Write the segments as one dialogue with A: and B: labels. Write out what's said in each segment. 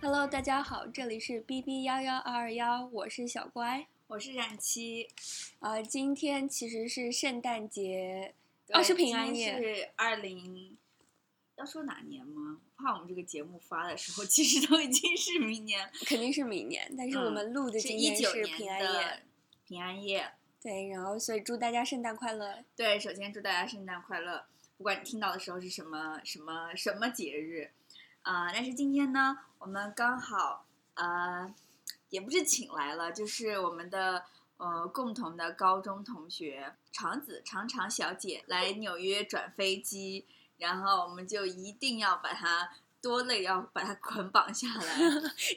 A: Hello，大家好，这里是 B B 幺幺二二幺，我是小乖。
B: 我是冉七，
A: 呃，今天其实是圣诞节，
B: 对
A: 哦是平安
B: 今
A: 夜
B: 天是二零，要说哪年吗？怕我们这个节目发的时候，其实都已经是明年，
A: 肯定是明年，但是
B: 嗯
A: 我们录的今
B: 一
A: 天
B: 九
A: 是
B: 年
A: 平安夜，
B: 的平安夜。
A: 对，然后所以祝大家圣诞快乐。
B: 对，首先祝大家圣诞快乐，不管你听到的时候是什么什么什么节日，啊、但是今天呢，我们刚好呃，也不是请来了，就是我们的呃共同的高中同学长子常常小姐来纽约转飞机，然后我们就一定要把她多累要把她捆绑下来，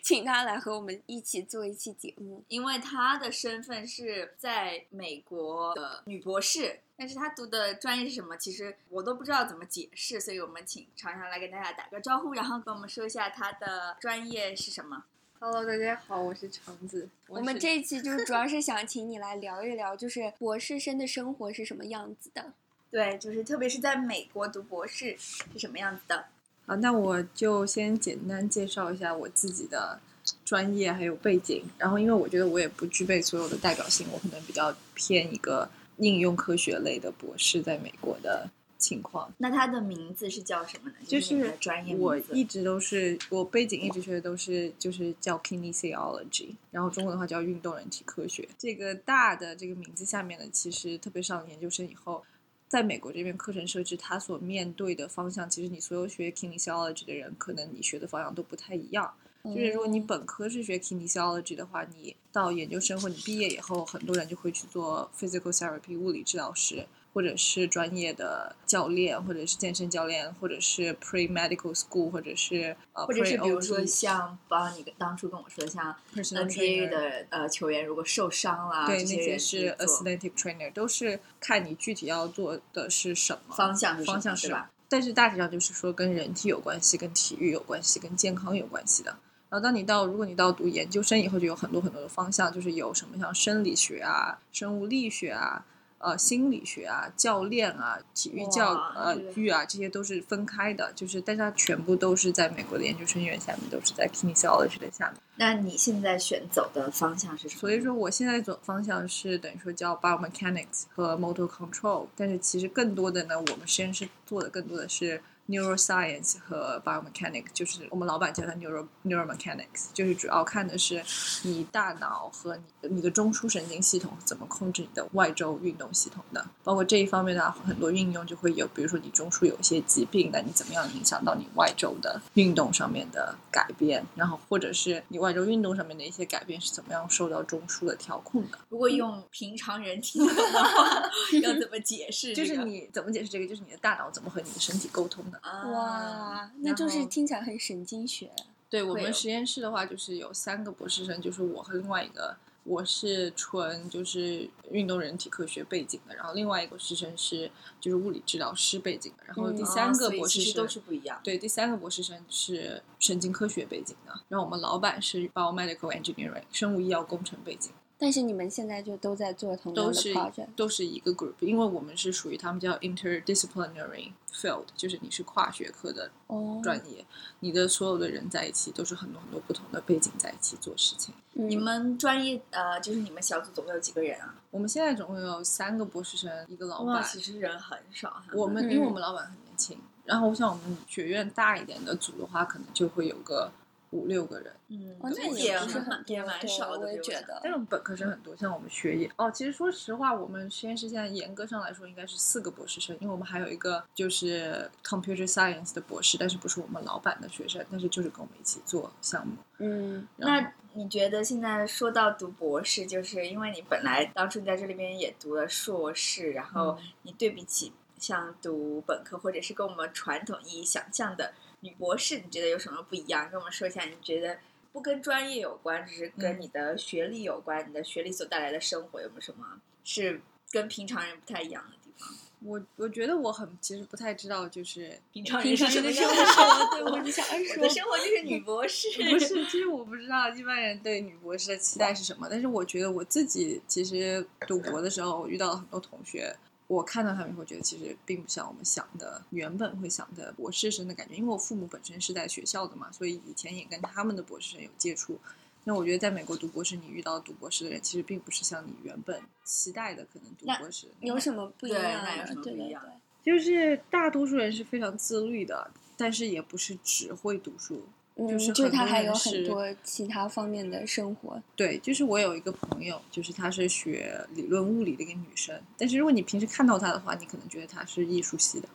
A: 请他来和我们一起做一期节目。
B: 因为她的身份是在美国的女博士，但是她读的专业是什么，其实我都不知道怎么解释，所以我们请常常来跟大家打个招呼，然后跟我们说一下她的专业是什么。
C: Hello，大家好，我是橙子。
A: 我们
C: 是
A: 这一期就是主要是想请你来聊一聊，就是博士生的生活是什么样子的。
B: 对，就是特别是在美国读博士是什么样子的。
C: 好，啊那我就先简单介绍一下我自己的专业还有背景。然后，因为我觉得我也不具备所有的代表性，我可能比较偏一个应用科学类的博士在美国的情况。
B: 那他的名字是叫什么呢？
C: 就
B: 你
C: 是
B: 的专业
C: 我
B: 名字
C: 一直都是我背景一直学的都是就是叫 kinesiology，然后中文的话叫运动人体科学。这个大的这个名字下面呢，其实特别上研究生以后，在美国这边课程设置，它所面对的方向，其实你所有学 kinesiology 的人，可能你学的方向都不太一样。
B: 嗯
C: 就是如果你本科是学 kinesiology 的话，你到研究生或你毕业以后，很多人就会去做 physical therapy 物理治疗师，或者是专业的教练，或者是健身教练，或者是 pre medical school，或者是呃，
B: 或者是
C: pre-OT
B: 比如说像帮你当初跟我说像
C: personal
B: NBA
C: trainer
B: 的呃球员如果受伤啦，
C: 对，
B: 这些
C: 那些
B: 人
C: 是
B: 去做
C: athletic trainer，都是看你具体要做的是什么
B: 方向是什么
C: 方向
B: 对
C: 是
B: 吧？
C: 但是大体上就是说跟人体有关系，跟体育有关系，跟健康有关系的。然后当你到如果你到读研究生以后，就有很多很多的方向，就是有什么像生理学啊、生物力学啊、呃心理学啊、教练啊、体育教
B: 哇
C: 呃
B: 这个
C: 育啊，这些都是分开的，就是但是它全部都是在美国的研究生院下面，都是在 kinesiology 的下面。
B: 那你现在选走的方向是什么？
C: 所以说，我现在走方向是等于说叫 biomechanics 和 motor control，但是其实更多的呢，我们实验室做的更多的是 neuroscience 和 biomechanics，就是我们老板叫它 neuro neuromechanics，就是主要看的是你大脑和你你的中枢神经系统怎么控制你的外周运动系统的，包括这一方面的话很多运用就会有，比如说你中枢有一些疾病，那你怎么样影响到你外周的运动上面的改变，然后或者是你外周运动上面的一些改变是怎么样受到中枢的调控的。
B: 如果用平常人听得懂的话，要怎么解释这
C: 就
B: 个？
C: 是你怎么解释这个？就是你的大脑怎么和你的身体沟通的。
B: 啊
A: 哇，那就是听起来很神经学。
C: 对我
B: 会有
C: 们实验室的话，就是有三个博士生，就是我和另外一个，我是纯就是运动人体科学背景的，然后另外一个师生是就是物理治疗师背景的，然后
A: 嗯
C: 第
B: 啊
C: 三个
B: 所以
C: 博士
B: 其实
C: 生、
B: 都是不一样。
C: 对，第三个博士生是神经科学背景的，然后我们老板是 biomedical engineering 生物医药工程背景，
A: 但是你们现在就都在做同样
C: 都
A: 的
C: 是
A: project，
C: 都是一个 group，因为我们是属于他们叫 interdisciplinary field，就是你是跨学科的
A: 哦，
C: 专业，你的所有的人在一起都是很多很多不同的背景在一起做事情。
A: 嗯
B: 你们专业呃，就是你们小组总共有几个人啊？
C: 我们现在总共有三个博士生，一个老
B: 哇，
C: 板，
B: 其实人很少哈。
C: 我们因
A: 嗯
C: 为我们老板很年轻，然后像我们学院大一点的组的话，可能就会有个五六个人。
B: 嗯，
A: 哦，那
B: 对
A: 也
B: 也
A: 不是
B: 蛮
A: 很
B: 也
A: 多
B: 蛮
A: 对
B: 少的，
A: 我也
B: 对
A: 觉
B: 想
A: 得
C: 但。是本科生很多，像我们学业哦，其实说实话，我们实验室现在严格上来说应该是四个博士生，因为我们还有一个就是 computer science 的博士，但是不是我们老板的学生，但是就是跟我们一起做项目。
A: 嗯，
C: 然后
B: 那你觉得现在说到读博士，就是因为你本来当初在这里边也读了硕士，然
C: 嗯
B: 后你对比起像读本科或者是跟我们传统意义想象的女博士，你觉得有什么不一样？跟我们说一下，你觉得不跟专业有关，只是跟
C: 嗯
B: 你的学历有关，你的学历所带来的生活有没有什么是跟平常人不太一样的地方？
C: 我我觉得我很其实不太知道，就是
B: 平常
A: 平
B: 人
A: 常
B: 是什
A: 人
B: 么
A: 的
B: 样
A: 生
B: 的
A: 活，对我只想
B: 我的
A: 说，
B: 生活就是女博士，
C: 不是，其实我不知道一般人对女博士的期待是什么，但是我觉得我自己其实读博的时候，我遇到了很多同学，我看到他们以后，觉得其实并不像我们想的原本会想的博士生的感觉，因为我父母本身是在学校的嘛，所以以前也跟他们的博士生有接触。那我觉得在美国读博士，你遇到读博士的人，其实并不是像你原本期待的，可能读博士
A: 有什么不一样
B: 对那有什
A: 啊？
B: 么
A: 对
B: 不一
A: 对
B: 样
A: 对。
C: 就是大多数人是非常自律的，但是也不是只会读书。
A: 嗯，
C: 就是
A: 就
C: 很
A: 他
C: 多
A: 还
C: 人
A: 有
C: 是
A: 很多其他方面的生活，
C: 对，就是我有一个朋友，就是她是学理论物理的一个女生，但是如果你平时看到她的话，你可能觉得她是艺术系的，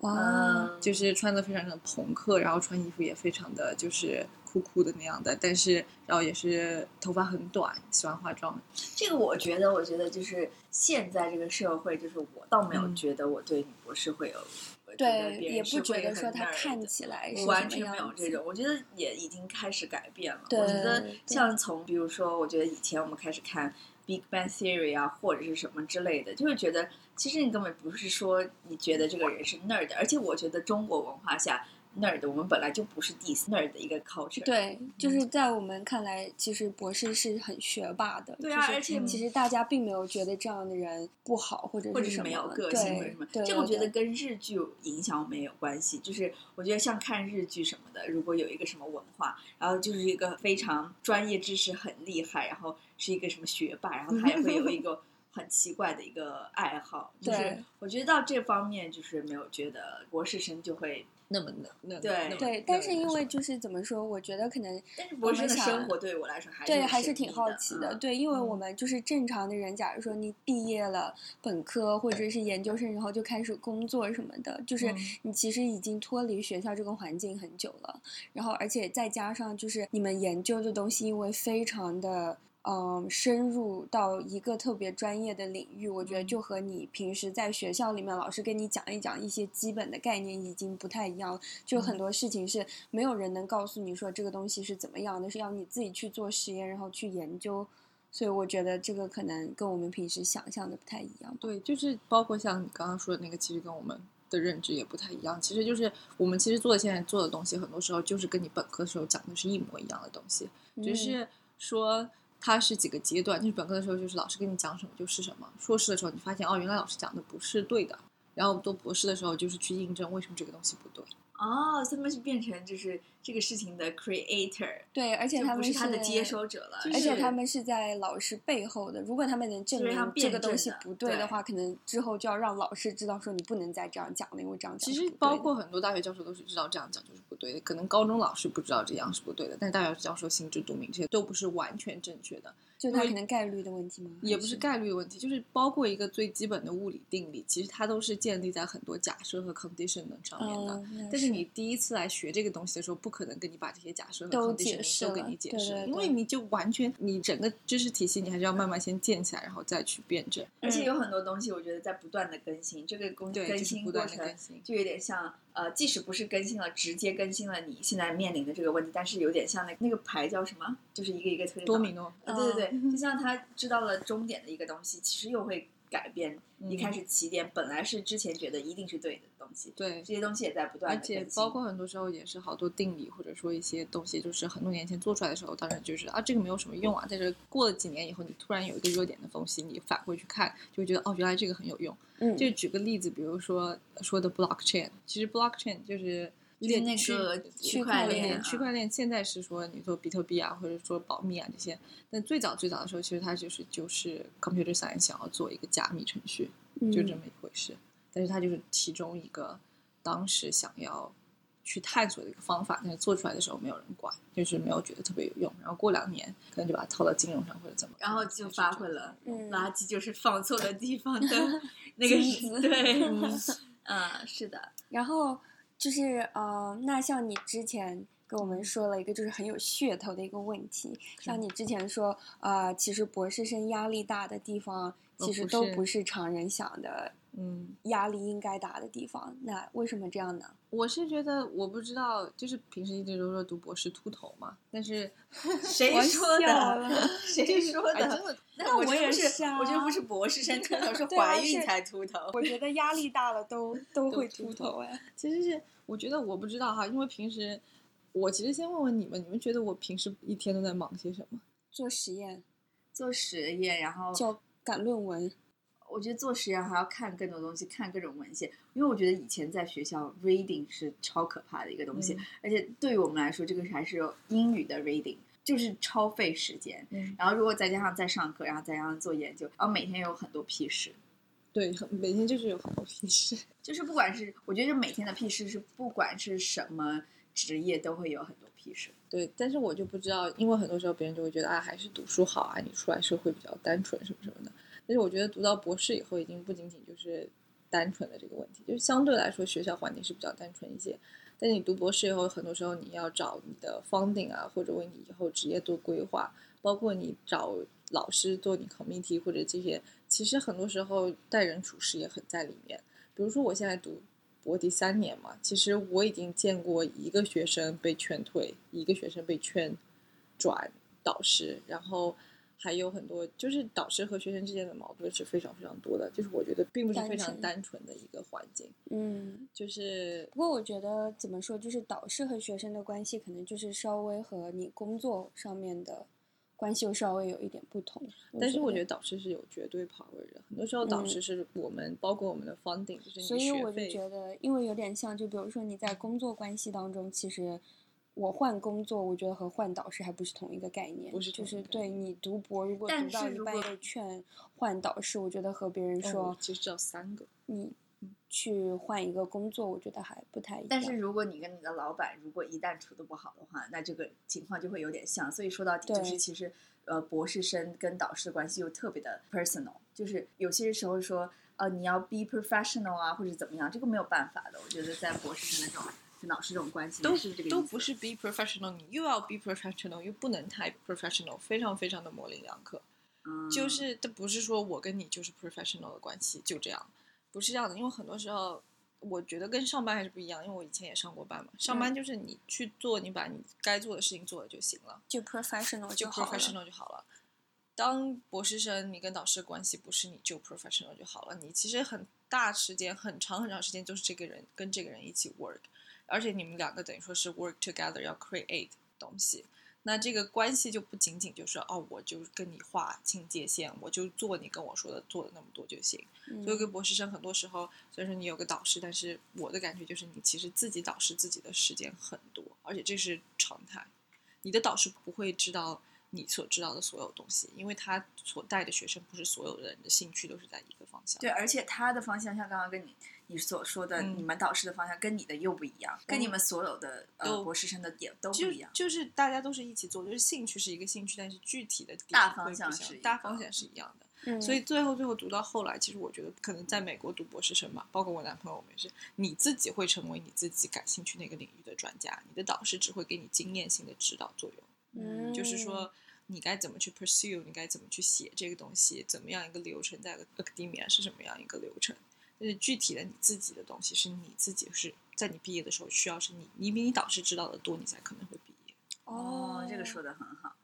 A: 哇，
B: 嗯，
C: 就是穿的非常的朋克，然后穿衣服也非常的就是酷酷的那样的，但是然后也是头发很短，喜欢化妆。
B: 这个我觉得，我觉得就是现在这个社会，就是我倒没有
C: 嗯
B: 觉得我对女博士会有，我觉得
A: 对，
B: 别人
A: 也
B: 是
A: 不觉
B: 会
A: 得
B: 很
A: 说他
B: nerd
A: 看
B: 的
A: 起来是
B: 我
A: 什
B: 完
A: 么
B: 全没有
A: 样
B: 这
A: 子
B: 种，我觉得也已经开始改变了。
A: 对
B: 我觉得
A: 对
B: 像从比如说，我觉得以前我们开始看《Big Bang Theory》啊，或者是什么之类的，就会觉得其实你根本不是说你觉得这个人是 nerd，的而且我觉得中国文化下 nerd 我们本来就不是 diss nerd 的一个 culture。
A: 对，
B: 嗯
A: 就是在我们看来，其实博士是很学霸的。
B: 对啊
A: 就是
B: 而且
A: 其实大家并没有觉得这样的人不好，或者
B: 或者
A: 什
B: 是
A: 么
B: 没有
A: 的
B: 个
A: 对
B: 性或者什么，
A: 对
B: 这个我
A: 对
B: 觉得
A: 对
B: 跟日剧影响没有关系。就是我觉得像看日剧什么的，如果有一个什么文化，然后就是一个非常专业知识很厉害，然后是一个什么学霸，然后他也会 有一个很奇怪的一个爱好。就是
A: 对
B: 我觉得到这方面就是没有觉得博士生就会，
C: 那么那那
B: 对
C: 那么
A: 对。
C: 那
A: 但
C: 么
A: 是因为就是怎么说，我觉得可能
B: 但是博士
A: 我
B: 的
A: 们想
B: 生活对我来说还是
A: 对
B: 有
A: 还
B: 神
A: 是挺
B: 秘
A: 好
B: 的
A: 奇的。
B: 嗯
A: 对，因为
C: 嗯
A: 我们就是正常的人，假如说你毕业了本科或者是研究生，然后就开始工作什么的，就是
C: 嗯
A: 你其实已经脱离学校这个环境很久了。然后而且再加上就是你们研究的东西，因为非常的嗯深入到一个特别专业的领域，我觉
B: 嗯
A: 得就和你平时在学校里面老师跟你讲一讲一些基本的概念已经不太一样，就很多事情是没有人能告诉你说这个东西是怎么样的，是要你自己去做实验，然后去研究。所以我觉得这个可能跟我们平时想象的不太一样吧。
C: 对，就是包括像你刚刚说的那个，其实跟我们的认知也不太一样。其实就是我们其实做现在做的东西，很多时候就是跟你本科的时候讲的是一模一样的东西，只
A: 嗯
C: 是说它是几个阶段。就是本科的时候，就是老师跟你讲什么就是什么；硕士的时候，你发现哦，原来老师讲的不是对的。然后读博士的时候，就是去印证为什么这个东西不对。
B: 哦，他们是变成就是这个事情的 creator，
A: 对，而且
B: 就
A: 他
B: 不
A: 们
B: 是他的接
A: 收。
B: 收者了，
C: 就
A: 而且
C: 是
A: 他们是在老师背后的，如果他们能证
B: 就是他
A: 明这
B: 辩
A: 个东
B: 证
A: 西
B: 的
A: 不对
B: 对
A: 的话，可能之后就要让老师知道说你不能再这样讲了，因为这样讲
C: 其
A: 是不
C: 实
A: 对
C: 包
A: 的
C: 括很多大学教授都是知道这样讲就是不对的，可能高中老师不知道这样是不对的，但是大学教授心知肚明，这些都不是完全正确的。
A: 就
C: 因
A: 他
C: 为
A: 可能概率的问题吗？
C: 也
A: 还
C: 不是概率问题，就是包括一个最基本的物理定理，其实它都是建立在很多假设和 condition 上面的。
A: 哦，那
C: 啊但是你第一次来学这个东西的时候，不可能跟你把这些假设和
A: 都
C: condition
A: 解释
C: 都给
A: 了
C: 你解
A: 对
C: 释了，
A: 对
C: 因为
A: 对
C: 你就完全你整个知识体系，你还是要慢慢先建起来，然后再去辩证。
B: 而且
A: 嗯
B: 有很多东西，我觉得在不断的更新，这个更
C: 对，
B: 更
C: 就是
B: 新过
C: 不断的
B: 程
C: 更新。
B: 就有点像呃，即使不是更新了，直接更新了你现在面临的这个问题，但是有点像那那个牌叫什么，就是一个一个推
C: 多嗯
B: 导
C: 米诺，
B: 呃对对对，就像他知道了终点的一个东西，其实又会改变一开
C: 嗯
B: 始起点，本来是之前觉得一定是对的东西，
C: 对
B: 这，些东西也在不断
C: 而
B: 的更新，
C: 且包括很多时候也是好多定理或者说一些东西，就是很多年前做出来的时候，当时就是啊这个没有什么用啊，但是过了几年以后，你突然有一个热点的东西，你返回去看，就会觉得哦原来这个很有用。
A: 嗯，
C: 就举个例子，比如说说的 blockchain，其实 blockchain 就是
B: 就是
C: 链
B: 那
C: 区
B: 个
A: 区块链
B: 啊
C: 区块链现在是说你做比特币啊，或者说保密啊这些，但最早最早的时候，其实它就是就是 computer science 想要做一个加密程序，就这
A: 嗯
C: 么一回事。但是它就是其中一个当时想要去探索的一个方法，但是做出来的时候没有人管，就是没有觉得特别有用。然后过两年可能就把它套到金融上或者怎么，
B: 然后就发挥了。
A: 嗯
B: 垃圾就是放错了地方的 那个
A: 金
B: 是
A: 子
B: 对，嗯，是的，
A: 然后就是呃，那像你之前跟我们
B: 嗯
A: 说了一个就是很有噱头的一个问题，像你之前说呃，其实博士生压力大的地方，
C: 都
B: 哦
A: 其实
C: 不
A: 都
C: 是
A: 不是常人想的
C: 嗯。
A: 压力应该大的地方，那为什么这样呢？
C: 我是觉得我不知道，就是平时一直都说读博士秃头嘛，但是
B: 谁
C: 我
B: 说
C: 笑
B: 的？啊
C: 了
B: 谁
C: 就是
B: 说
C: 哎
B: 的
C: 真的，
B: 那我
A: 我
B: 这
A: 也
B: 不是
A: 是啊
B: 我这不是博士生秃头，是
A: 对啊
B: 怀孕
A: 是
B: 才秃头。
A: 我觉得压力大了 都都
C: 都
A: 会
C: 秃
A: 秃
C: 头
A: 头哎。
C: 其实是我觉得我不知道哈，因为平时我其实先问问你们，你们觉得我平时一天都在忙些什么？
A: 做实验，
B: 做实验，然后哦
A: 就赶论文，
B: 我觉得做实验还要看更多东西，看各种文献，因为我觉得以前在学校 reading 是超可怕的一个东西，
C: 嗯
B: 而且对于我们来说，这个还是英语的 reading，就是超费时间。
C: 嗯，
B: 然后如果再加上在上课，然后再加上做研究，然后每天有很多屁事，
C: 对，很每天就是有很多屁事。
B: 就是不管是我觉得就每天的屁事是不管是什么职业都会有很多屁事。
C: 对，但是我就不知道，因为很多时候别人就会觉得啊，还是读书好啊，你出来社会比较单纯什么什么的。但是我觉得读到博士以后，已经不仅仅就是单纯的这个问题，就是相对来说学校环境是比较单纯一些。但是你读博士以后，很多时候你要找你的 funding 啊，或者为你以后职业做规划，包括你找老师做你 committee 或者这些，其实很多时候待人处事也很在里面。比如说我现在读博第三年嘛，其实我已经见过一个学生被劝退，一个学生被劝转导师，然后还有很多就是导师和学生之间的矛盾是非常非常多的，就是我觉得并不是非常单纯的一个环境，
A: 嗯。
C: 就是
A: 不过我觉得怎么说，就是导师和学生的关系，可能就是稍微和你工作上面的关系又稍微有一点不同。
C: 但是我觉
A: 得，
C: 得导师是有绝对 power 的，很多时候导师是我们、包括我们的 funding，就是你
A: 所
C: 的
A: 以
C: 学
A: 我就
C: 费，哦
A: 觉得，因为有点像，就比如说你在工作关系当中，其实我换工作，我觉得和换导师还不是同一个概念。
C: 不是
A: 就
C: 同一
A: 是
C: 个概
A: 对你读博，如果
B: 但
A: 读到
B: 是
A: 一
B: 如
A: 半
B: 果
A: 又劝换导师，我觉得和别人
C: 哦
A: 说
C: 我其实只有三个，
A: 你去换一个工作，我觉得还不太一样。
B: 但是如果你跟你的老板如果一旦处的不好的话，那这个情况就会有点像。所以说到底
A: 对
B: 就是其实呃，博士生跟导师的关系又特别的 personal，就是有些时候说呃你要 be professional 啊或者怎么样，这个没有办法的。我觉得在博士生的这种跟导师这种关系
C: 都
B: 是这个意
C: 都
B: 思
C: 不是 be professional，你又要 be professional，又不能太 professional，非常非常的模棱两可。
B: 嗯
C: 就是这不是说我跟你就是 professional 的关系，就这样，不是这样的。因为很多时候，我觉得跟上班还是不一样，因为我以前也上过班嘛。上班就是你去做，你把你该做的事情做了就行了，
A: 就 professional
C: 就
A: 就好了。
C: professional 就好了。当博士生，你跟导师的关系不是你就 professional 就好了。你其实很大时间、很长很长时间都是这个人跟这个人一起 work，而且你们两个等于说是 work together 要 create 东西。那这个关系就不仅仅就是哦，我就跟你划清界限，我就做你跟我说的做的那么多就行。所以
A: 嗯
C: 跟博士生很多时候，虽然说你有个导师，但是我的感觉就是你其实自己导师自己的时间很多，而且这是常态。你的导师不会知道你所知道的所有东西，因为他所带的学生不是所有人的兴趣都是在一个方向。
B: 对，而且他的方向像刚刚跟你你所说的，
C: 嗯
B: 你们导师的方向跟你的又不一样，跟你
C: 嗯
B: 们所有的呃
C: 都
B: 博士生的也都不
C: 就
B: 一样。
C: 就是大家都是一起做，就是兴趣是一个兴趣，但是具体的点
B: 大
C: 会
B: 方
C: 不
B: 向
C: 相
B: 是一
C: 大
B: 个
C: 方向是一样
A: 嗯
C: 的。所以最后最后读到后来，其实我觉得可能在美国读博士生吧，包括我男朋友，我们也是，你自己会成为你自己感兴趣那个领域的专家，你的导师只会给你经验性的指导作用，
A: 嗯
C: 就是说你该怎么去 pursue，你该怎么去写这个东西，怎么样一个流程，在 academia 是什么样一个流程，但是具体的你自己的东西是你自己是在你毕业的时候需要是你，你比你导师知道的多，你才可能会毕业。
B: 哦，这个说的很好，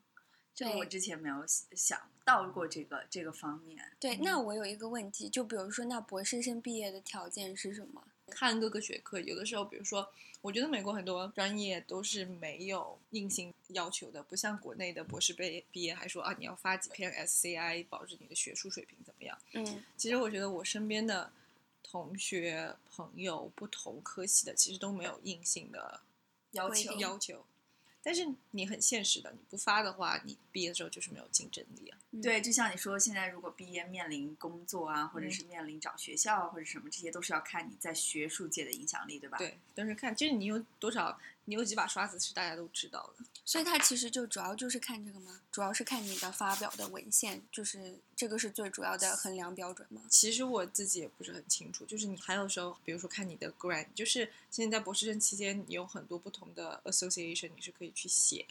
B: 这个我
A: 对
B: 之前没有想想到过这个这个方面。
A: 对，那我有一个问题，就比如说，那博士生毕业的条件是什么？
C: 看各个学科，有的时候，比如说，我觉得美国很多专业都是没有硬性要求的，不像国内的博士毕毕业还说啊，你要发几篇 SCI，保证你的学术水平怎么样。
A: 嗯
C: 其实我觉得我身边的同学朋友，不同科系的，其实都没有硬性的
B: 要
A: 规
B: 求
A: 定
C: 要求。但是你很现实的，你不发的话，你毕业的时候就是没有竞争力啊。
B: 对，就像你说，现在如果毕业面临工作啊，或者
C: 嗯
B: 是面临找学校啊，或者什么，这些都是要看你在学术界的影响力，
A: 啊
B: 对吧？，
C: 对，但是看，就是你有多少，你有几把刷子是大家都知道的。
A: 所以它其实就主要就是看这个吗？主要是看你的发表的文献，就是这个是最主要的衡量标准吗？
C: 其实我自己也不是很清楚，就是你还有时候，比如说看你的 grant，就是现在在博士生期间，你有很多不同的 association，你是可以去写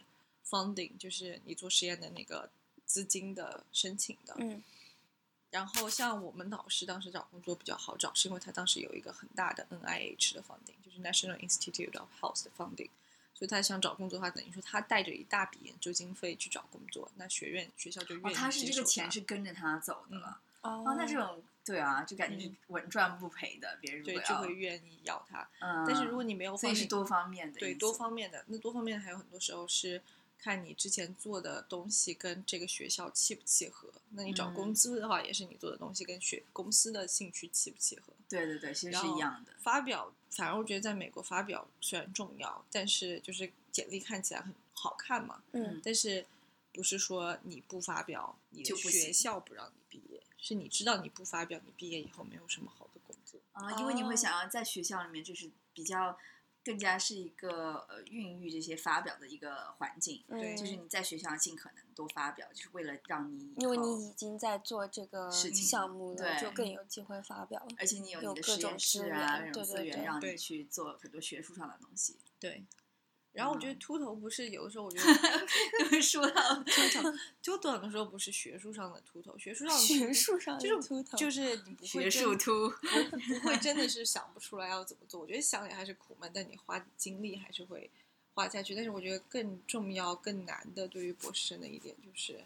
C: funding，就是你做实验的那个资金的申请的。
A: 嗯
C: 然后像我们老师当时找工作比较好找，是因为他当时有一个很大的 NIH 的 funding，就是 National Institute of Health 的 funding，所以他想找工作的话，等于说他带着一大笔研究经费去找工作，那学院学校就愿
B: 哦
C: 意、，
B: 他是这个钱是跟着他走的
C: 嗯
B: 了。
A: 哦
B: 哦，那这种对啊，就感觉是
C: 嗯
B: 稳赚不赔的，别人如
C: 对
B: 果
C: 就
B: 要
C: 会愿意要他。
B: 嗯，
C: 但是如果你没有
B: 所以
C: funding，
B: 是多方面的因素，
C: 对多方面的。那多方面还有很多时候是看你之前做的东西跟这个学校契不契合。那你找
B: 嗯
C: 公司的话，也是你做的东西跟学公司的兴趣契不契合。
B: 对对对，其实
C: 然
B: 是
C: 后
B: 一样的。
C: 发表，反而我觉得在美国发表虽然重要，但是就是简历看起来很好看嘛，
A: 嗯
C: 但是不是说你不发表，你
B: 就
C: 的
B: 不
C: 学
B: 行
C: 校不让你毕业，是你知道你不发表，你毕业以后没有什么好的工作。
B: 啊，因为你
A: 哦
B: 会想要在学校里面，就是比较更加是一个呃孕育这些发表的一个环境，
A: 嗯，
B: 就是你在学校尽可能多发表，就是为了让你以
A: 因为
B: 后
A: 你已经在做这个
B: 事情
A: 项目了，
B: 对嗯
A: 就更有机会发表了。
B: 而且你有
A: 有
B: 你的
A: 各
B: 实
A: 种
B: 验
A: 资
B: 室啊，
A: 源
B: 各种
A: 对
B: 资
A: 对对
B: 源让
C: 对
B: 你去做很多学术上的东西。
C: 对。然后我觉得
B: 嗯
C: 秃头不是有的时候，我觉得
B: 说到
C: 经常秃头有的时候不是学术上的秃头，学术上的秃
A: 学
C: 头
A: 术上
C: 就
A: 的
C: 是
A: 秃头
C: 就是你不会
B: 学
C: 真
B: 术秃，
C: 不会真的是想不出来要怎么做。我觉得想也还是苦闷，但你花精力还是会花下去。但是我觉得更重要、更难的，对于博士生的一点就是，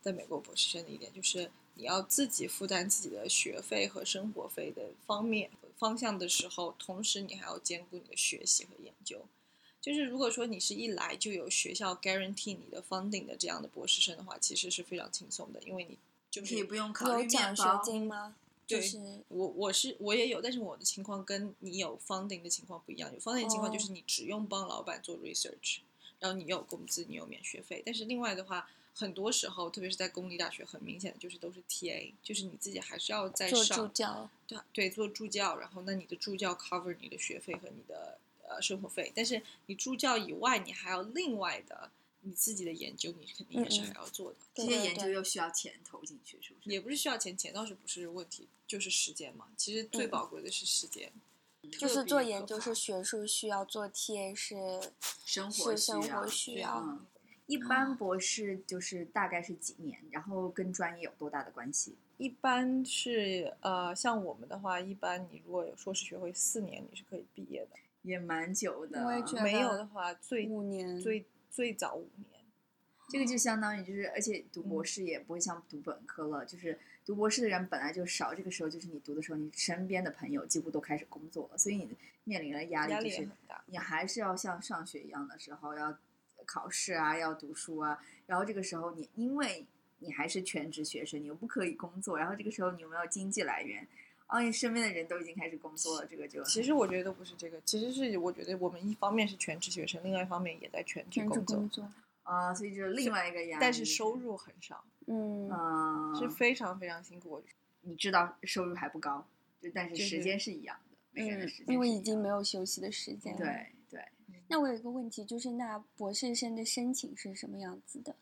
C: 在美国博士生的一点就是，你要自己负担自己的学费和生活费的方面方向的时候，同时你还要兼顾你的学习和研究。就是如果说你是一来就有学校 guarantee 你的 funding 的这样的博士生的话，其实是非常轻松的，因为你就
B: 你
C: 是
B: 可以不用考
A: 有
B: 虑面
A: 奖学
B: 包。
A: 金吗？就
C: 对
A: 是
C: 我我是我也有，但是我的情况跟你有 funding 的情况不一样。有 funding 的情况就
A: 哦
C: 是你只用帮老板做 research，、然后你有工资，你有免学费。但是另外的话，很多时候，特别是在公立大学，很明显的就是都是 TA，就是你自己还是要在
A: 做助
C: 上
A: 教，
C: 对对做助教，然后那你的助教 cover 你的学费和你的呃生活费，但是你助教以外，你还要另外的你自己的研究，你肯定也是
A: 嗯嗯
C: 还要做的。
B: 这
A: 对
B: 些
A: 对
B: 研究
A: 对
B: 又需要钱投进去，是不是？
C: 也不是需要钱，钱倒是不是问题，就是时间嘛。其实最
A: 嗯
C: 宝贵的是时间，
A: 就
C: 特
A: 是
C: 别
A: 做
C: 可
A: 研究
C: 怕
A: 是学术需要，做 TA 是
B: 生活
A: 是
B: 需
A: 生活
B: 要，
A: 需
C: 对
A: 要。
B: 嗯。一般博士就是大概是几年，然后跟专业有多大的关系？
C: 一般是呃，像我们的话，一般你如果有硕士学位，四年你是可以毕业的。
B: 也蛮久的。啊
A: 我也觉得
C: 没有的话，最
A: 五年
C: 最最早五年。
B: 这个就相当于就是，而且读博
C: 嗯
B: 士也不会像读本科了，就是读博士的人本来就少，这个时候就是你读的时候，你身边的朋友几乎都开始工作了，所以你面临的压
C: 压
B: 力
C: 力
B: 就
C: 也
B: 是
C: 很大。
B: 你还是要像上学一样的时候要考试啊，要读书啊，然后这个时候你因为你还是全职学生，你又不可以工作，然后这个时候你又没有经济来源，然后你身边的人都已经开始工作了，这个就
C: 其实我觉得都不是这个，其实是我觉得我们一方面是全职学生，另外一方面也在全职
A: 全职
C: 工作，
A: 工作，
B: 啊、所以就是另外一个压力，
C: 但是收入很少，
A: 嗯，
B: 啊、
C: 是非常非常辛苦。我
B: 你知道收入还不高，就但是
C: 就
B: 时
C: 是
B: 间是一样的，每个人的
A: 嗯
B: 时间是
A: 因为
B: 一
A: 已经
B: 样
A: 没有休息的时间
B: 的
A: 了。。
B: 对对，
A: 那我有一个问题，就是那博士生的申请是什么样子的？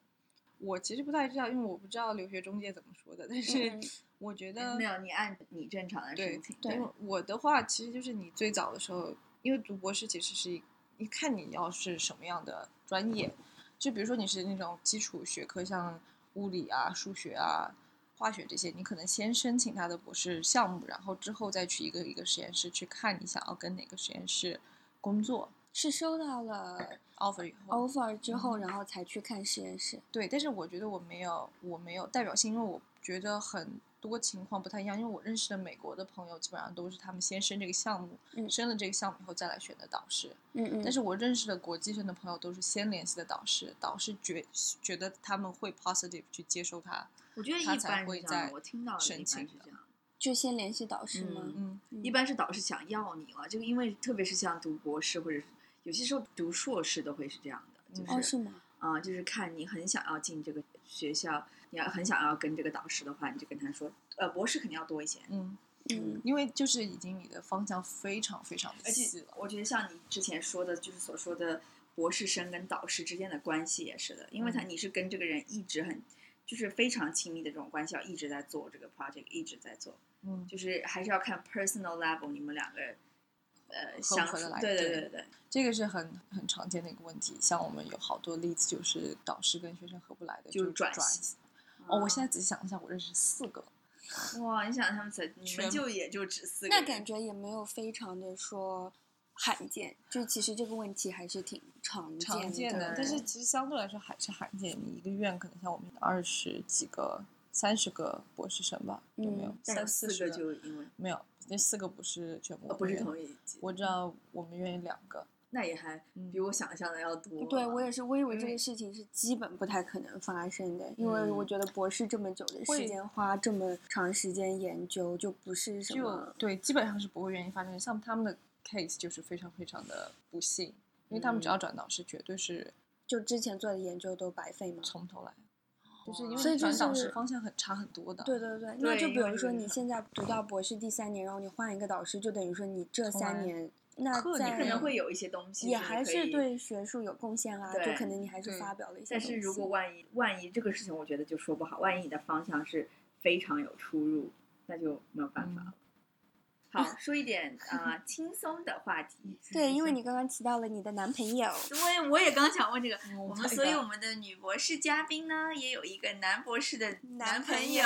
C: 我其实不太知道，因为我不知道留学中介怎么说的，但是
A: 嗯
C: 我觉得
B: 没有你按你正常的
C: 对
B: 申请，
A: 对
C: 因为我的话，其实就是你最早的时候，因为读博士其实是一，你看你要是什么样的专业，就比如说你是那种基础学科，像物理啊、数学啊、化学这些，你可能先申请他的博士项目，然后之后再去一个一个实验室去看你想要跟哪个实验室工作
A: 是收到了
C: offer 以后。
A: offer 之后，
C: 嗯
A: 然后才去看实验室。
C: 对，但是我觉得我没有，我没有代表性，因为我觉得很多情况不太一样。因为我认识的美国的朋友，基本上都是他们先申这个项目，
A: 嗯
C: 申了这个项目以后再来选的导师。
A: 嗯嗯，
C: 但是我认识的国际生的朋友都是先联系的导师，导师觉觉得他们会 positive 去接收他，
B: 我觉得一
C: 他才
B: 般是
C: 会
B: 这样
C: 在
B: 的，我听到的一
C: 申
B: 般
C: 请
B: 是
C: 的
B: 这样的。
A: 就先联系导师吗？
B: 嗯
C: 嗯，
B: 一般是导师想要你了，这个因为特别是像读博士或者是有些时候读硕士都会是这样的，就
C: 嗯
B: 是啊、
A: 哦，是吗？
B: 就是看你很想要进这个学校，你要很想要跟这个导师的话，你就跟他说，呃，博士肯定要多一些。
C: 嗯，
A: 嗯，
C: 因为就是已经你的方向非常非常的
B: 而
C: 细
B: 且
C: 了，
B: 我觉得像你之前说的，就是所说的博士生跟导师之间的关系也是的，因为他你是跟这个人一直很就是非常亲密的这种关系，要一直在做这个 project，一直在做，
C: 嗯，
B: 就是还是要看 personal level 你们两个人呃
C: 合不
B: 相
C: 合
B: 处
C: 得来，
B: 对
C: 对
B: 对对，
C: 这个是很很常见的一个问题。像我们有好多例子，就是导师跟学生合不来的，
B: 就
C: 就
B: 转
C: 转
B: 系啊
C: 系。哦，我现
B: 在。
C: 在仔细想一下，我认识四个，
B: 哇，你想他们才你们
C: 全
B: 就也就只四个
A: 那
B: 人，
A: 感觉也没有非常的说罕见，就其实这个问题还是挺常见
C: 常见
A: 的
C: 的，，但是其实相对来说还是罕见。你一个院可能像我们二十几个、三十个博士生吧，有没有
A: 嗯？
B: 但
C: 三
B: 有四
C: 四十
B: 个就因为
C: 没有，那四个不是全部
B: 呃。不是
C: 我们院
B: 同一级，
C: 我知道我们院有两个，
B: 那也还
C: 嗯
B: 比我想象的要多。
A: 对我也是，我以为这
C: 因为
A: 个事情是基本不太可能发生的，因为我
C: 嗯
A: 觉得博士这么久的
C: 会
A: 时间，花这么长时间研究，就不是什
C: 就
A: 么。
C: 对，基本上是不会愿意发生。像他们的 case 就是非常非常的不幸，因为他们只
B: 嗯
C: 要转导师，绝对是
A: 就之前做的研究都白费吗？
C: 从头来，就是因
B: 所
C: 为
A: 以就
C: 转导师
A: 是
C: 方向很差很多的。
A: 对对对，那
B: 对
A: 就
B: 因
A: 比
B: 为
A: 如说
B: 人
A: 你
B: 少
A: 现在读到博士第三年，然后你换一个导师，就等于说你这
C: 重来
A: 三年，那
C: 课你
A: 在
B: 可能会有一些东西
A: 也
B: 你
A: 还
B: 可
A: 是
B: 以
A: 对学术有贡献啊，就
B: 对
A: 可能你还是
C: 对
A: 发表了一些
B: 但
A: 东西。
B: 是如果万一万一这个事情，我觉得就说不好。万一你的方向是非常有出入，那就没有办
A: 嗯
B: 法了。好，说一 点啊、呃轻松的话题。
A: 嗯对，因为你刚刚提到了你的男朋友，
B: 我我也刚想问 这个，
C: 嗯，
B: 我
C: 我
B: 们所以我们的女博士嘉宾呢，也有一个 男博士的朋
A: 朋友，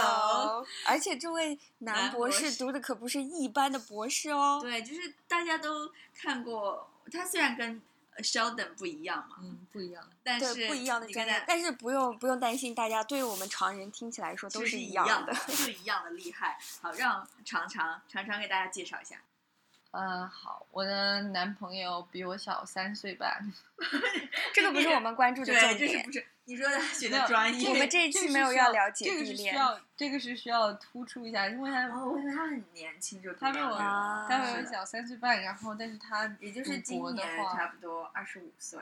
A: 而且这位
B: 男
A: 男
B: 博
A: 博士
B: 士
A: 读的可不是一般的博士哦。
B: 对，就是大家都看过，他虽然跟呃 Sheldon 不一样嘛，
C: 嗯不一样，
B: 但
A: 对
B: 是
A: 不一样的
B: 你
A: 专
B: 跟
A: 业
B: 他，
A: 但是不用不用担心，大家对于我们常人听起来说都
B: 其实是
A: 一
B: 样
A: 的。，
B: 就一样的厉害。好，让常常常常给大家介绍一下。
C: 啊，好，我的男朋友比我小三岁半，
A: 这个不是我们关注的
B: 对，
A: 重
B: 这是
A: 点。
B: 不是你说的学
C: 没
B: 的
C: 有
B: 专业？
A: 我们这一期没有要了解
C: 这个
A: 地
C: 是需
A: 恋哦
C: 要，这个是需要突出一下，因为
B: 然
C: 他
B: 哦后我以为他很年轻就读
C: 他
B: 到
C: 比我
B: 这个
A: 啊
C: 他比我小三岁半，然后但是他
B: 也就是
C: 读
B: 今
C: 博的
B: 年
C: 话
B: 差不多二十五岁。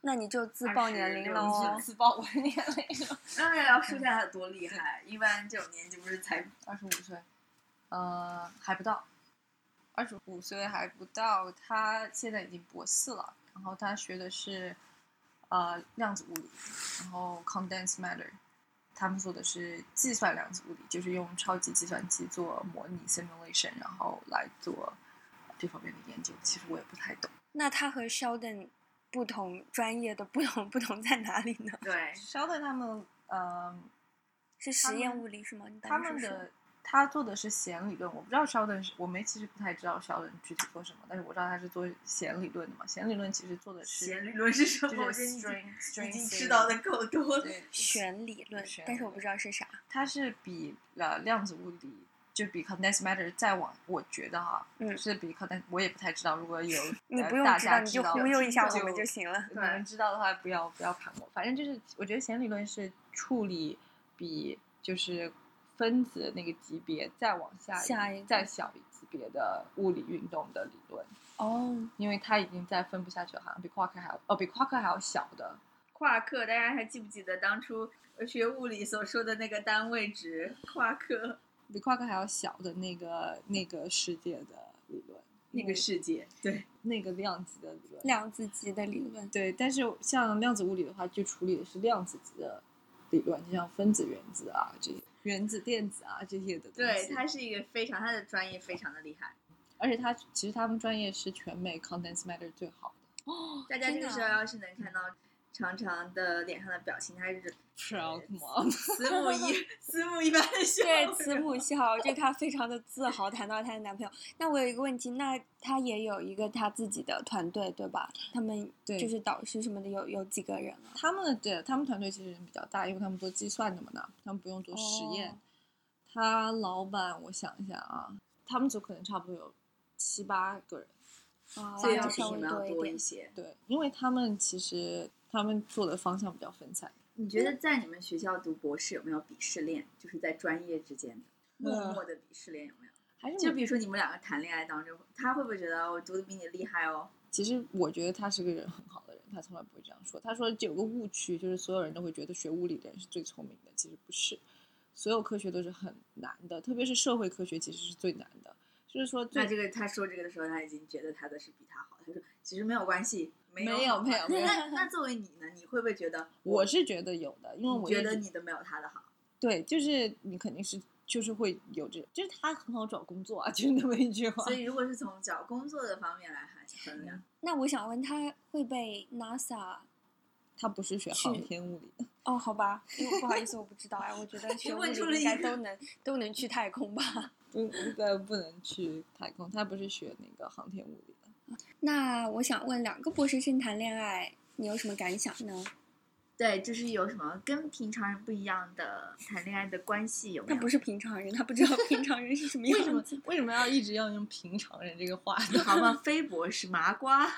A: 那你就自报年龄了
B: 26
A: 哦
C: 一。次报我的年龄了，
B: 那要说一下他有多厉害，一般这种年纪不是 才
C: 二十五岁，呃，还不到，二十五岁还不到，他现在已经博士了，然后他学的是呃量子物理，然后 condensed matter，他们做的是计算量子物理，就是用超级计算机做模拟 simulation，然后来做这方面的研究。其实我也不太懂。
A: 那他和 Sheldon 不同专业的不同不同在哪里呢？
B: 对，
C: 稍等，他们呃，
A: 是
C: 他
A: 实验
C: 们
A: 物理是吗？你当
C: 他
A: 时
C: 们
A: 说
C: 的他做的是弦理论，我不知道 Sheldon 是我没其实不太知道 Sheldon 具体做什么，但是我知道他是做弦理论的嘛。弦理论其实做的是
B: 弦理论是什
C: 就
B: 么？我觉
C: 是
B: 得你已经
C: string string
B: 已经
C: theory
B: 知道的够多了。
C: 对，
A: 弦理论
C: 弦，
A: 但
C: 理
A: 是我不
C: 论
A: 知道是啥。
C: 它是比了量子物理。就比 condensed matter 再往，我觉得哈，
A: 嗯
C: 是比 condensed，我也不太知道。如果有
A: 你
C: 呃
A: 不用
C: 大
A: 知
C: 家
A: 道，你就忽 悠一下我们就行了。
C: 你们知道的话，不要不要盘我。反正就是，我觉得弦理论是处理比就是分子那个级别再往下
A: 下一个
C: 再小一级别的物理运动的理论，
A: 哦，
C: 因为它已经再分不下去了，好像比夸克还要哦，比夸克还要小的。
B: 夸克，大家还记不记得当初学物理所说的那个单位值？夸克
C: 比夸克还要小的那个那个世界的理论，因为
B: 世界，对，
C: 那个量子的理论，
A: 量子级的理 论。
C: 对，但是像量子物理的话，就处理的是量子级的理论，就像分子、原子啊这些，原子、电子啊这些的东
B: 对，
C: 西
B: 他是一个非常，他的专业非常的厉害。
C: 而且他其实他们专业是全美 condensed matter 最好的
B: 大家这
A: 真
B: 个
A: 的
B: 时候
A: 啊
B: 要是能看到常常的脸上的表情，他是啊
C: proud mom。
B: 慈 母一慈母一般的笑
A: 对，
B: 容
A: 慈母笑，就她非常的自豪，谈到她的男朋友。那我有一个问题，那她也有一个她自己的团队，对吧？他们
C: 对
A: 就是导师什么的，有有几个人啊？
C: 他们的对他们团队其实人比较大，因为他们做计算的嘛呢，他们不用做实验。
A: 哦
C: 他老板，我想一下啊，他们组可能差不多有七八个人。
A: 啊，
B: 所以
A: 那
B: 要
A: 就
B: 比
A: 稍
B: 你
A: 微
B: 们要
A: 多
B: 多
A: 一
B: 一
A: 点。
B: 些。
C: 对，因为他们其实他们做的方向比较分散。
B: 你觉
A: 嗯
B: 得在你们学校读博士有没有鄙视链？就是在专业之间的默
A: 嗯
B: 默的鄙视链有没有？
C: 还是
B: 就
C: 我
B: 比如说你们两个谈恋爱当中，他会不会觉得我读的比你厉害哦？
C: 其实我觉得他是个人很好的人，他从来不会这样说。他说有个误区，就是所有人都会觉得学物理的人是最聪明的，其实不是，所有科学都是很难的，特别是社会科学其实是最难的。就是说最
B: 那这个他说这个的时候，他已经觉得他的是比他好。他说其实没有关系，没
C: 没有
B: 好
C: 没有没有
B: 那那作为你呢，你会不会觉得
C: 我是觉得有的，因为
B: 你
C: 我
B: 觉
C: 一
B: 得
C: 直
B: 你的没有他的好？
C: 对，就是你肯定是就是会有这，就是他很好找工作啊， 就是那么一句话
B: 所。以如果是从找工作的方面来衡衡量，
A: 那我想问，他会被 NASA？
C: 他不是学
A: 去
C: 航天物理的，
A: 哦，好吧，因为不好意思，我不知道哎，我觉得学物
B: 问出
A: 理
B: 了
A: 应
B: 一
A: 该
B: 个
A: 都能都能去太空吧。
C: 不不不能去太空，他不是学那个航天物理的。
A: 那我想问，两个博士生谈恋爱，你有什么感想呢？
B: 对，就是有什么跟平常人不一样的谈恋爱的关系有没
A: 他
B: 有？
A: 不是平常人，他不知道平常人是什么
C: 为什
A: 样
C: 么
A: 子。
C: 为什么要一直要用平常人这个话？
B: 好吗？非博士麻瓜，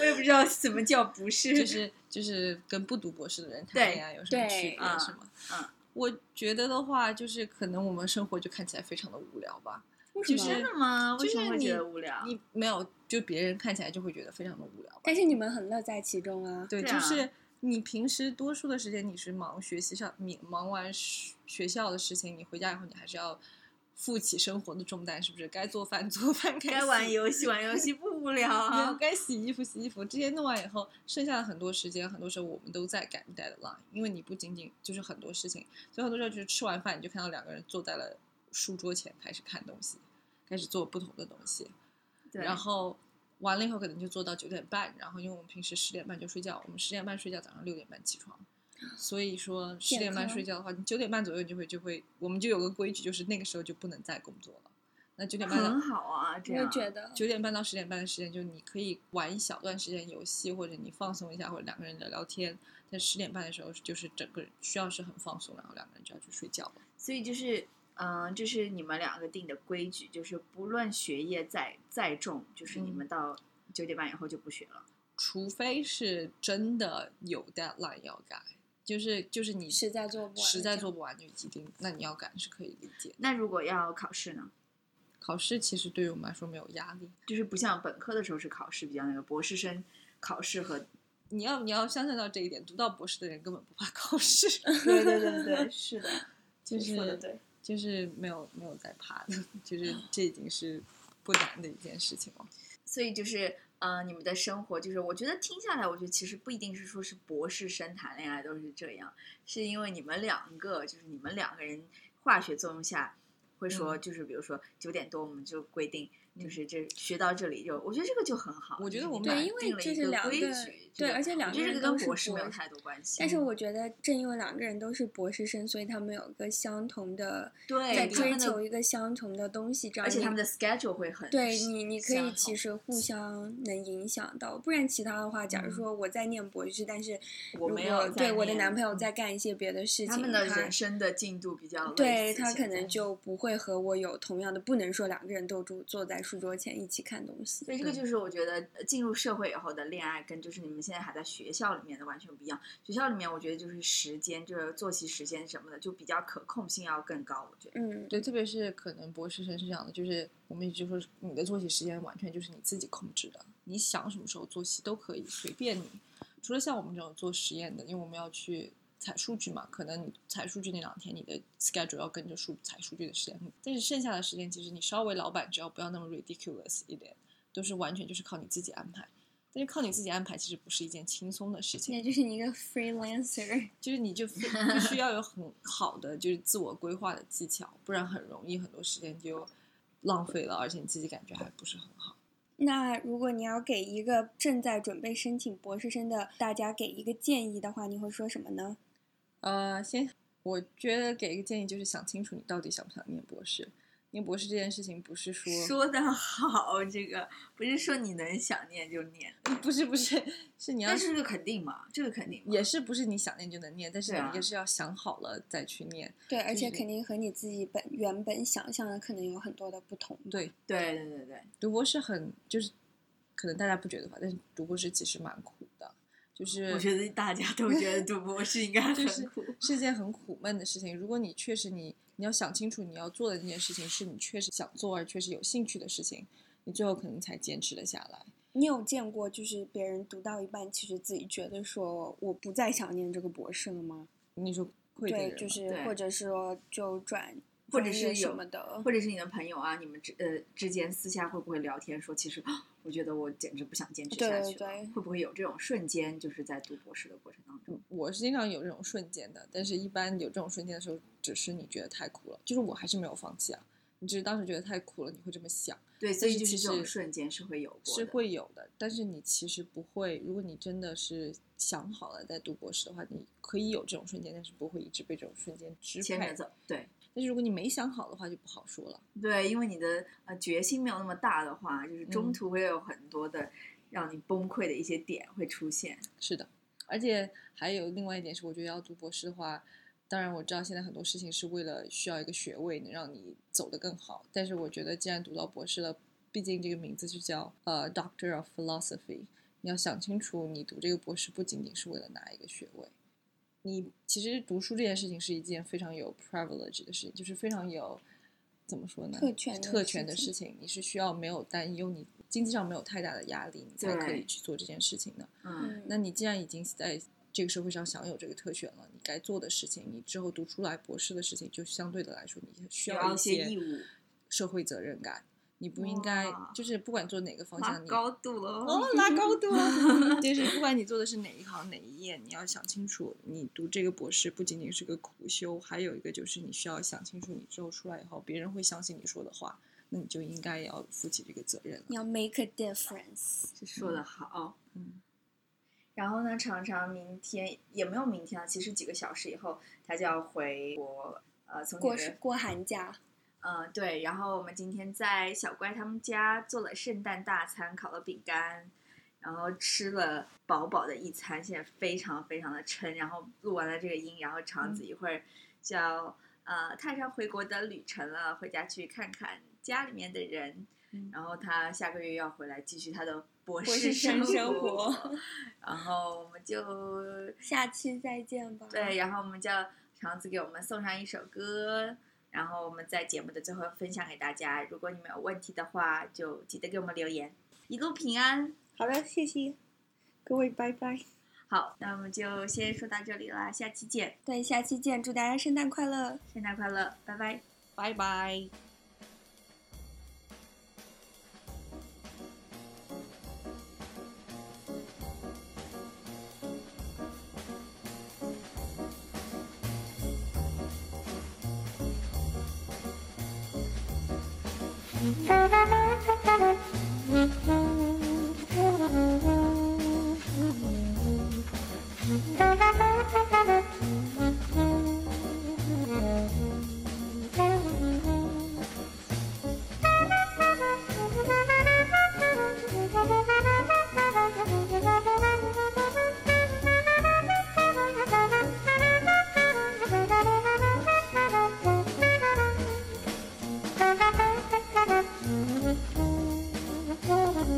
B: 我也不知道怎么叫不是，
C: 就是就是跟不读博士的人谈恋爱有什么
A: 对
C: 区别？
B: 嗯
C: 是吗？
B: 嗯，
C: 我觉得的话，就是可能我们生活就看起来非常的无聊吧。
A: 为
C: 就
A: 什么
C: 是
B: 真的吗？为
C: 就
B: 什么
C: 是
B: 会
C: 你
B: 觉得无聊？
C: 你没有，就别人看起来就会觉得非常的无聊吧。
A: 但是你们很乐在其中啊。
C: 对，
B: 对
C: 就
B: 啊
C: 是你平时多数的时间你是忙学习上，你忙完学学校的事情，你回家以后你还是要负起生活的重担，是不是？该做饭做饭，
B: 该玩
C: 洗
B: 游戏玩游戏不无聊
C: 没有
B: 啊？
C: 该洗衣服洗衣服，这些弄完以后，剩下的很多时间，很多时候我们都在赶 deadline，因为你不仅仅就是很多事情，所以很多时候就是吃完饭你就看到两个人坐在了书桌前开始看东西，开始做不同的东西，
B: 对，
C: 然后完了以后可能就做到九点半，然后因为我们平时十点半就睡觉，我们十点半睡觉，早上六点半起床。所以说十
A: 啊健
C: 点半
A: 康
C: 睡觉的话，你九点半左右你就会就会，我们就有个规矩，就是那个时候就不能再工作了。那九点半到
B: 很好啊，这
A: 我也
B: 样
A: 觉得，
C: 九点半到十点半的时间，就你可以玩一小段时间游戏，或者你放松一下，或者两个人聊聊天。但十点半的时候，就是整个人需要是很放松，然后两个人就要去睡觉了。
B: 所以就是，嗯、这是你们两个定的规矩，就是不论学业再再重，就是你
C: 嗯
B: 们到九点半以后就不学了。
C: 除非是真的有 deadline 要改，就是就是你
A: 实在做不完
C: 实在
A: 这样
C: 做不完就一定，那你要改是可以理解。
B: 那如果要考试呢？
C: 考试其实对于我们来说没有压力，
B: 就是不像本科的时候是考试比较那个，博士生考 试和
C: 你要你要相信到这一点，读到博士的人根本不怕 考试，
B: 对对对对，是的，
C: 就
B: 说的
C: 是
B: 对。
C: 就是没有没有在怕的，就是这已经是不难的一件事情了。
B: 所以就是，呃，你们的生活就是，我觉得听下来，我觉得其实不一定是说是博士生谈恋爱都是这样，是因为你们两个就是你们两个人化学作用下，会说
A: 嗯
B: 就是比如说九点多我们就规定。就是这学到这里就，我觉得这个就很好。
C: 我觉得
B: 就是
C: 我们
B: 你
C: 俩
A: 对，
B: 们
A: 因为
B: 定了
A: 这
B: 一
A: 是两
B: 规
A: 个
B: 矩，
A: 对，
B: 这
A: 而且两
B: 我
A: 个
B: 觉得这
A: 人
B: 个
A: 都
B: 跟
A: 是
B: 博士没有
A: 博
B: 太多关系。
A: 但是我觉得，正因为两个人都是博士生，所以他们有一个相同的，
B: 对
A: 在
B: 他
A: 追
B: 们的
A: 求一个相同的东西，这样
B: 而且
A: 你
B: 他们的 schedule 会很
A: 对你，你可以
B: 相
A: 其
B: 同
A: 实互相能影响到，不然其他的话，假如
C: 嗯
A: 说我在念博士，但是
B: 我
A: 如
B: 没
A: 果
B: 有在
A: 对我的
B: 念
A: 男朋友在干一些嗯别的事情，
B: 他们的人生的进度比较类
A: 对
B: 似
A: 他可
B: 现在
A: 能就不会和我有同样的，不能说两个人都住坐在书桌前一起看东西
B: 所。以这个
C: 对
B: 就是我觉得呃进入社会以后的恋爱，跟就是你们现在还在学校里面的完全不一样。学校里面我觉得就是时间，就是作息时间什么的，就比较可控性要更高。我觉得，
A: 嗯，
C: 对，特别是可能博士生是这样的，就是我们一直说你的作息时间完全就是你自己控制的，你想什么时候作息都可以，随便你。除了像我们这种做实验的，因为我们要去采数据嘛，可能你采数据那两天你的 schedule 要跟着数采数据的时间，但是剩下的时间其实你稍微老板只要不要那么 ridiculous 一点，都是完全就是靠你自己安排。但是靠你自己安排其实不是一件轻松的事情，
A: 那就是你一个 freelancer，
C: 就是你就非必须要有很好的就是自我规划的技巧，不然很容易很多时间就浪费了，而且你自己感觉还不是很好。
A: 那如果你要给一个正在准备申请博士生的大家给一个建议的话，你会说什么呢？
C: 呃，先我觉得给一个建议就是想清楚你到底想不想念博士。念博士这件事情不是说
B: 说的好，这个不是说你能想念就念，
C: 不是不是是你要
B: 但是这个肯定嘛，这个肯定嘛
C: 也是不是你想念就能念，但是
B: 对
C: 你
B: 啊
C: 也是要想好了再去念。
A: 对，而
C: 就
A: 且
C: 是
A: 肯定和你自己本原本想象的可能有很多的不同。
C: 对，
B: 对对对对，
C: 读博士很就是可能大家不觉得吧，但是读博士其实蛮苦的，就是
B: 我觉得大家都觉得读博士 应该
C: 就
B: 很
C: 是
B: 苦。
C: 是件很苦闷的事情。如果你确实你你要想清楚你要做的那件事情是你确实想做而确实有兴趣的事情，你最后可能才坚持了下来。
A: 你有见过就是别人读到一半，其实自己觉得说我不再想念这个博士了吗？
C: 你说会的人
A: 对，
C: 吗
A: 就是
B: 对
A: 或者说就转，
B: 或者
A: 专
B: 是
A: 业什
B: 有
A: 么的
B: 或。者是你的朋友啊，你们之呃之间私下会不会聊天说，其实啊我觉得我简直不想坚持
A: 对
B: 下
A: 对
B: 去了，
A: 对
B: 会不会有这种瞬间，就是在读博士的过程当中？
C: 我是经常有这种瞬间的，但是一般有这种瞬间的时候，只是你觉得太苦了，就是我还是没有放弃啊。你只是当时觉得太苦了，你会这么想，
B: 对，所以
C: 是
B: 就
C: 其
B: 是这种
C: 实
B: 瞬间是会有过
C: 是
B: 的
C: 会有的。但是你其实不会，如果你真的是想好了再读博士的话，你可以有这种瞬间，但是不会一直被这种瞬间支
B: 牵
C: 配
B: 着。走。对
C: 但是如果你没想好的话，就不好说了。
B: 对，因为你的呃决心没有那么大的话，就是中
C: 嗯
B: 途会有很多的让你崩溃的一些点会出现。
C: 是的，而且还有另外一点是，我觉得要读博士的话，当然我知道现在很多事情是为了需要一个学位能让你走得更好，但是我觉得既然读到博士了，毕竟这个名字就叫呃 Doctor of Philosophy，你要想清楚，你读这个博士不仅仅是为了拿一个学位。你其实读书这件事情是一件非常有 privilege 的事情，就是非常有怎么说呢
A: 特权的
C: 特
A: 事
C: 权的
A: 情
C: 事情，你是需要没有担忧，你经济上没有太大的压力，你才可以
B: 对
C: 去做这件事情的。
B: 嗯，
C: 那你既然已经在这个社会上享有这个特权了，你该做的事情，你之后读出来博士的事情，就相对的来说，你需
B: 有
C: 要
B: 一
C: 一
B: 些
C: 些
B: 义务
C: 社会责任感。你不应该
B: 哇
C: 就是不管做哪个方
B: 拉
C: 向，你
B: 高度喽。
C: 哦，拉高度 啊！就是不管你做的是哪一行哪一业，你要想清楚，你读这个博士不仅仅是个苦修，还有一个就是你需要想清楚，你之后出来以后，别人会相信你说的话，那你就应该也要负起这个责任了。
A: 你要 make a difference。
B: 这说的好。
C: 嗯，
B: 然后呢，常常明天也没有明天啊，其实几个小时以后他就要回国，呃，从纽
A: 过
B: 约，
A: 过寒假，
B: 嗯，对。然后我们今天在小乖他们家做了圣诞大餐，烤了饼干，然后吃了饱饱的一餐，现在非常非常的撑。然后录完了这个音，然后肠子一会儿就要呃踏上回国的旅程了，回家去看看家里面的人。
C: 嗯
B: 然后他下个月要回来继续他的博
A: 博士生生活
B: 活 然后我们就
A: 下期再见吧。
B: 对，，然后我们叫肠子给我们送上一首歌，然后我们在节目的最后分享给大家。如果你们有问题的话，就记得给我们留言。一路平安。
A: 好了，谢谢各位，拜拜。
B: 好，那我们就先说到这里啦，下期见，
A: 对，下期见，祝大家圣诞快乐。
B: 圣诞快乐，拜拜。
C: 拜拜。
D: Thank you.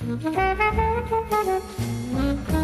D: Thank you.